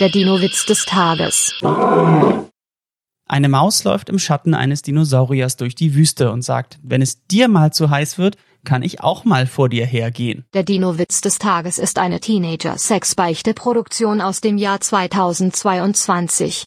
Der Dino-Witz des Tages. Eine Maus läuft im Schatten eines Dinosauriers durch die Wüste und sagt, wenn es dir mal zu heiß wird, kann ich auch mal vor dir hergehen. Der Dino-Witz des Tages ist eine Teenager-Sex-Beichte-Produktion aus dem Jahr 2022.